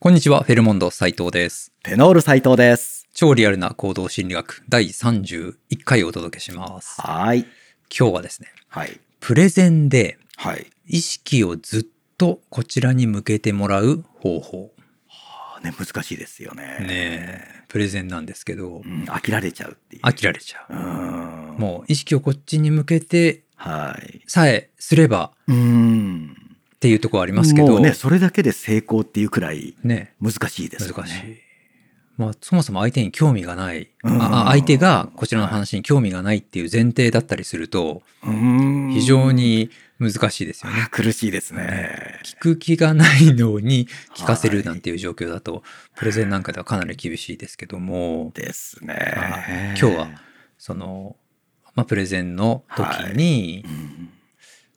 こんにちは、フェルモンド斉藤です。テノール斉藤です。超リアルな行動心理学第31回をお届けします。はい。今日はですね、はい。プレゼンではい。意識をずっとこちらに向けてもらう方法。あね、難しいですよね。ねえ、プレゼンなんですけどう、ん、飽きられちゃうっていう。飽きられちゃうーう。ん。もう意識をこっちに向けてはい。さえすればうーん。っていうところありますけど、もうね、それだけで成功っていうくらいね難しいですよね。難しい。まあ、そもそも相手に興味がない、うんああ相手がこちらの話に興味がないっていう前提だったりすると、うーん。非常に難しいですよね。あー苦しいですね。聞く気がないのに聞かせるなんていう状況だと、プレゼンなんかではかなり厳しいですけども、ですあね。今日はその、まあ、プレゼンの時に、うん。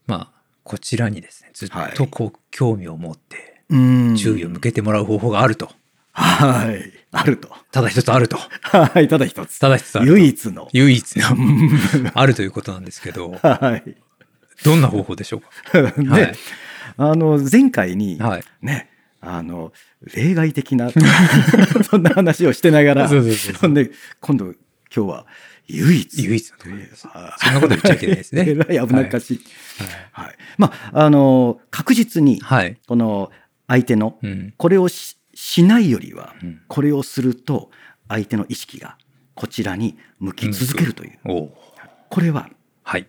まあ、こちらにですね、ずっはいとこう、興味を持って、うん注意を向けてもらう方法があると。はい。あると。ただ一つあると。はい。ただ一つ。ただ一つあると。唯一の。唯一のう んあるということなんですけど、はい。 どんな方法でしょうか。ね、はいあの前回に、 はいねあの例外的な そんな話をしてながらそうそうそうそうほんで今度今日は唯一唯一のところですあーそんなこと言っちゃいけないですね えらい危なっかしい、はいまああの確実にはい。この相手のうん。これをししないよりはうんこれをすると相手の意識がこちらに向き続けるという、おうこれははい。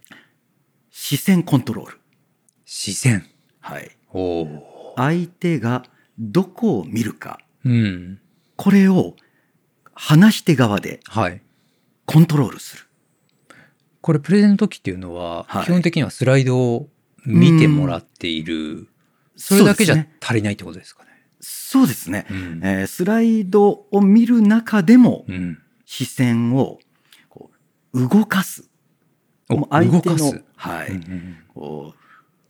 視線コントロール、視線。はい、おお。相手がどこを見るかうん。これを話し手側ではい。コントロールするこれプレゼンの時っていうのは、はい基本的にはスライドを見てもらっている。それだけじゃ足りないってことですかね。そうですね、うんえースライドを見る中でもうん。視線をこう動かすおもう相手の動かす。はいうんうんこ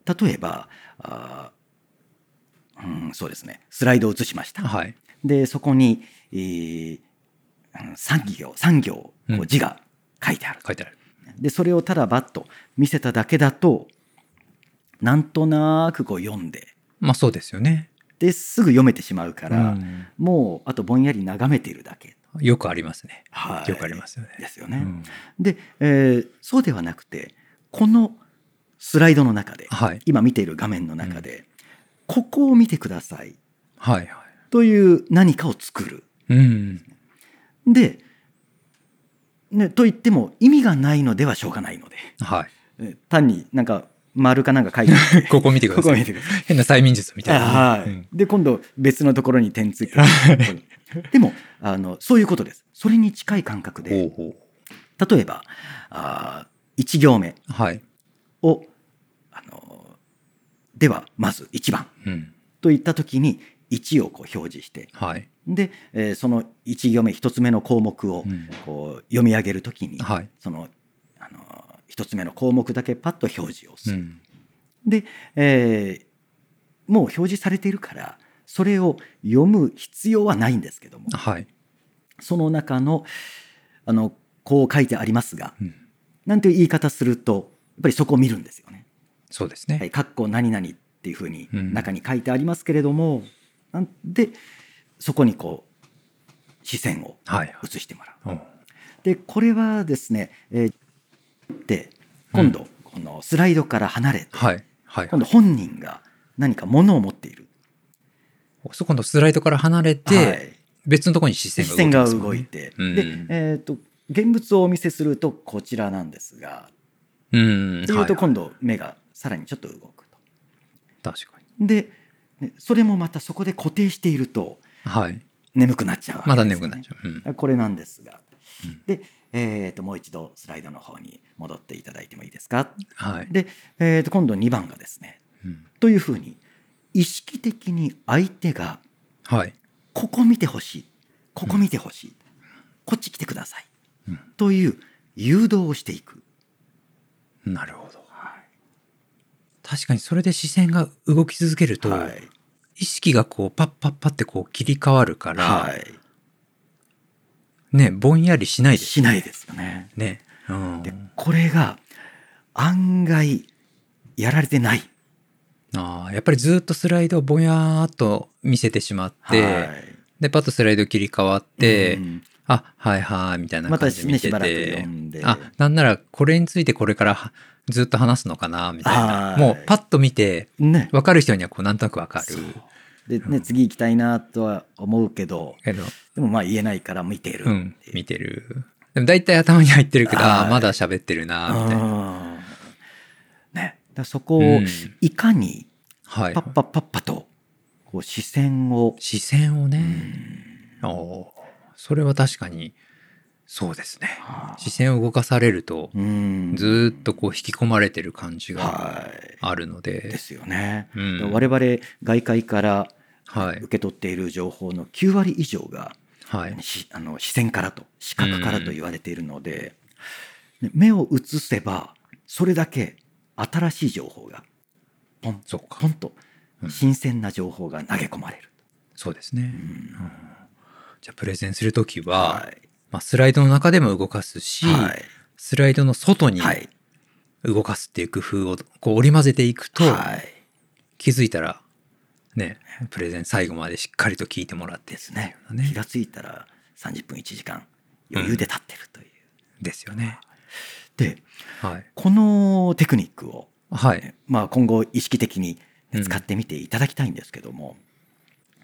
う例えばあーうんそうですねスライドを映しましうんたはい。でそこに、えーうん三行三行こうんう字が書いてある、書いてある。でそれをただバッと見せただけだとなんとなくこう読んでまあそうですよね。ですぐ読めてしまうかうら、んもうあとぼんやり眺めているだけ、よくありますね。はいよくありますよね。ですよね。うんで、えーそうではなくてこのスライドの中で、はい。今見ている画面の中で、ここを見てくださいはいはという何かを作る。い。うん。で、ね、と言っても意味がないのではしょうがないのではい。え単になんか丸かなんか書いてあっ てここ見てくだこさこい見。てください。変な催眠術みたいなね。はいうんで今度別のところに点つい てでもあのそういうことですそれに近い感覚ほでうほ例えばあ1行目う。はい。をあのではまず1番うん。といった時に1をこう表示してはい。で、えーその1行目1つ目の項目をうんこう読み上げる時に、はい。そのあの1つ目の項目だけパッと表示をすうる。ん。で、えーもう表示されているからそれを読む必要はないんですけどもはい。その中のあのこう書いてありますがうんなんていう言い方するとやっぱりそこを見るんですよね。そうですね。はい、かっこ何々っていうふうにうん中に書いてありますけれども、なんでそこにこう視線をはい。移してもらう。はい。でこれはですね、えーで今度このスライドから離れてはい。はい今。度本人が何か物を持っているそこのスライドから離れて、別のところに視線視線がが動いてますもん動いね。て、うんで、えー、と現物をお見せするとこちらなんですがうん。っていうとはい今度目がさらにちょっと動くと。確かに。でねそれもまたそこで固定しているとはい。眠くなっちゃうわけまだです眠よくねなっちゃう。うん。これなんですが、うんで、えー、ともう一度スライドの方に戻っていただいてもいいですかはい。で、えー、と今度2番がですねうんというふうに意識的に相手がはい。ここ見てほしいここ見てほしい、こっち来てください、うんという誘導をしていく、なるほど。確かにそれで視線が動き続けると、はい意識がこうパッパッパってこう切り替わるからは、ね、ぼんやりしないい、ですしないですよねね。うんでこれが案外やられてないああ、やっぱりずっとスライドをぼやーっと見せてしまって、で、パッとスライド切り替わって、うんあ、はいはい、みたいなまた感じでね見て、してばらく読んであ、なんならこれについてこれからはずっと話すのかな、みたいはな。いもうパッと見て、ねわかる人にはこうなんとなくわかるそうでね次行きたいなとは思うけどけど、でもまあ言えないから見てるうっんて、いう見てる。でも大体頭に入ってるけど、あはいーまだ喋ってるな、みたいな。うんねだからそこをうんいかにはいパッ。パッパッパとこう視線を視線をね、おーそれは確かに、そうですね。視線を動かされると、うんずーっとこう引き込まれてる感じがはいあるので、ですよね、うんだから我々外界からはい受。け取っている情報の9割以上がはい。しあの視線からと視覚からと言われているので、ね目を移せばそれだけ新しい情報がポンそうかポンとうん新鮮な情報が投げ込まれる。そうですね。うんじゃあ、プレゼンするときは、いまあ、スライドの中でも動かすし、はいスライドの外にはい動かすっていう工夫をこう織り交ぜていくと、はい気づいたら、ね、プレゼン最後までしっかりと聞いてもらってですねね気がついたら30分1時間余裕で経ってるという。ですよね。ではい。このテクニックを、はい。まあ、今後意識的にねうん使ってみていただきたいんですけども、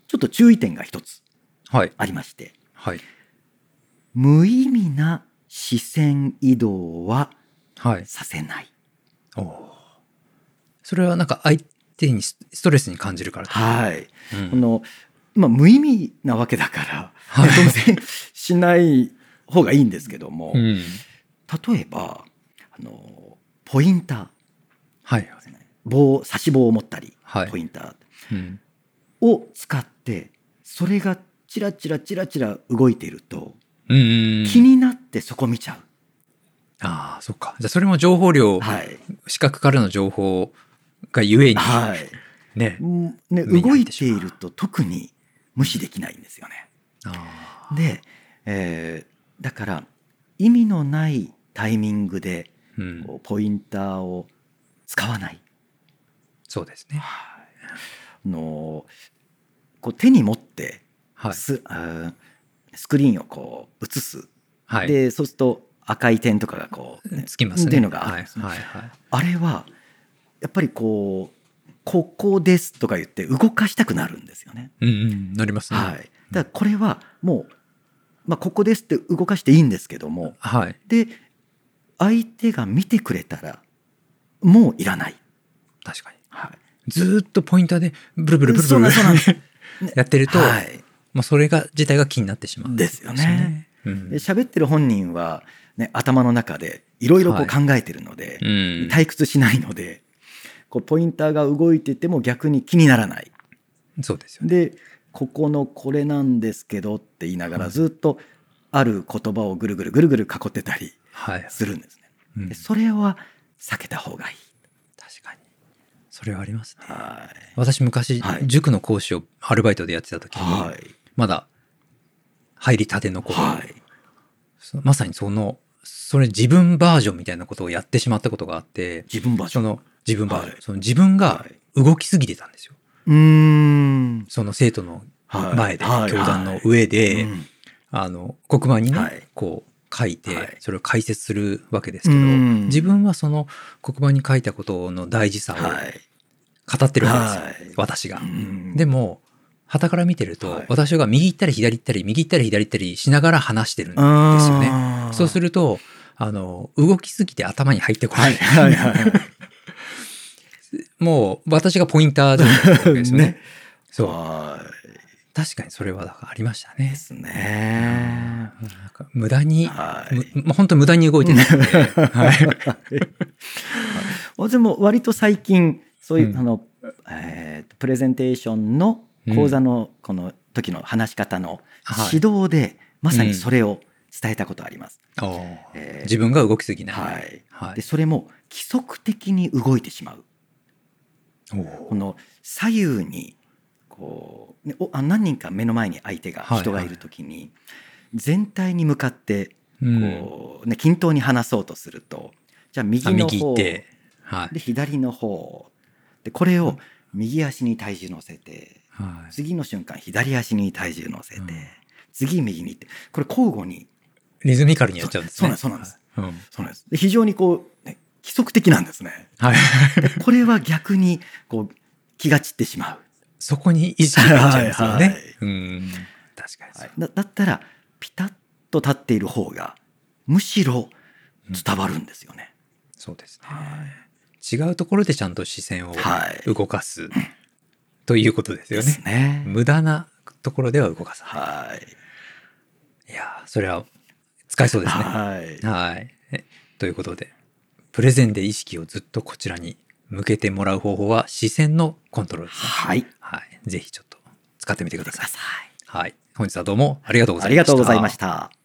ちょっと注意点が一つはい。ありましてはい。無意味な視線移動ははい。させない。おーそれはなんか相手にスストレスに感じるからとはい、うんこのまあ、無意味なわけだから、はい当然しない方がいいんですけども、うん。例えばあのポインターはい。ですね棒差し棒を持ったり、はいポインタうん。ーを使ってそれがチラチラチラチラ動いていると、うんうんうん。気になってそこ見ちゃああ、そっか。じゃあそれも情報量う、、はい視覚からの情報がゆえに、 はいね。うんね、目に動入いっててしまいうると特に無視できないんですよね。あで、えーだから意味のないタイミングでーうん。こうポインターを使わない、そうですね。あのーこう手に持ってはい。ス,あー、スクリーンをこう映す、はい。でそうすると赤い点とかがこう、ねつきますね。っていうのがはあるんい。ですねはい。はい。あれはやっぱりこう「ここです」とか言って動かしたくなるんですよね。うんうん。なりますね。はい、だからこれはもう、まあ、ここですって動かしていいんですけどもはい。で相手が見てくれたらもういらない。確かに。はい、ずーっとポインターでブルブルブルそうブなんルそうなんです やってると、はい、まあそれが自体が気になってしまう、ですよね。うんで。喋ってる本人は、ね、頭の中でいろいろこはう考えてるので、うん退屈しないのでこうポインターが動いてても逆に気にならない。そうですよね。でここのこれなんですけどって言いながらずっとある言葉をぐるぐるぐるぐる囲ってたりはい。するんですね。うんでそれは避けた方がいい。確かに。それはありますね。は私昔、はい塾の講師をアルバイトでやってた時い。に、はい。まだ入りたての頃、はい。そまさにその、それ自分バージョンみたいなことをやってしまったことがあって、自分場所そ。の自分バージョン、はいその自分が動きすぎてたんですよ。うーん。その生徒のはい前で、はい教壇の上で、うんあの黒板にね、はいこう書いはいてそれを解説するわけですけど、うん自分はその黒板に書いたことの大事さをい。語ってるわけですよ、はい私が。うんでも傍から見てると、はい私が右行ったり左行ったり右行ったり左行ったりしながら話してるんですあーよね。そうするとあの動きすぎて頭に入ってこなはいい、はい はもう私がポインター状態なわけですよね。 ねい。そうはい。確かにそれはだからありましたねで。すね。なんか無駄に、はいむまあ本当無駄に動いてないので、 はい 私も割と最近そういう、うんあの、えーとプレゼンテーションの講座のこの時の話し方のはい指導で、まさにそれを伝えたことあります。おーえー自分が動きすぎない。はいはいでそれも規則的に動いてしまうおーこの左右にこう、ね、おあ何人か目の前に相手がはい人がいる時に、全体に向かってうんこう、ね、均等に話そうとするとじゃあ右あの右行方って、はいで左の方でこれを右足に体重乗せてはい。次の瞬間左足に体重乗せて、うん次右にってこれ交互にリズミカルにやっちゃうんですね。そうそうなんですそうなんです。そうなんですで非常にこう、ね、規則的なんですねうん、はい。 これは逆にこう気が散ってしまそこに意識がいっちゃいますよね。はいはいうん。確かにう、そう。だだったらピタッと立っている方がむしろ伝わるんですよね、そうですね。は違うところでちゃんと視線をはい動かす、ということですでよすね。ね無駄なところでは動かさなはいい。いやーそれは使えそうですね。は はいい。えということで、プレゼンで意識をずっとこちらに向けてもらう方法は視線のコントロールですね。はいはい。ぜひちょっと使ってみてください。さいはい。本日はどうもありがとうござあいりまがした。とうございました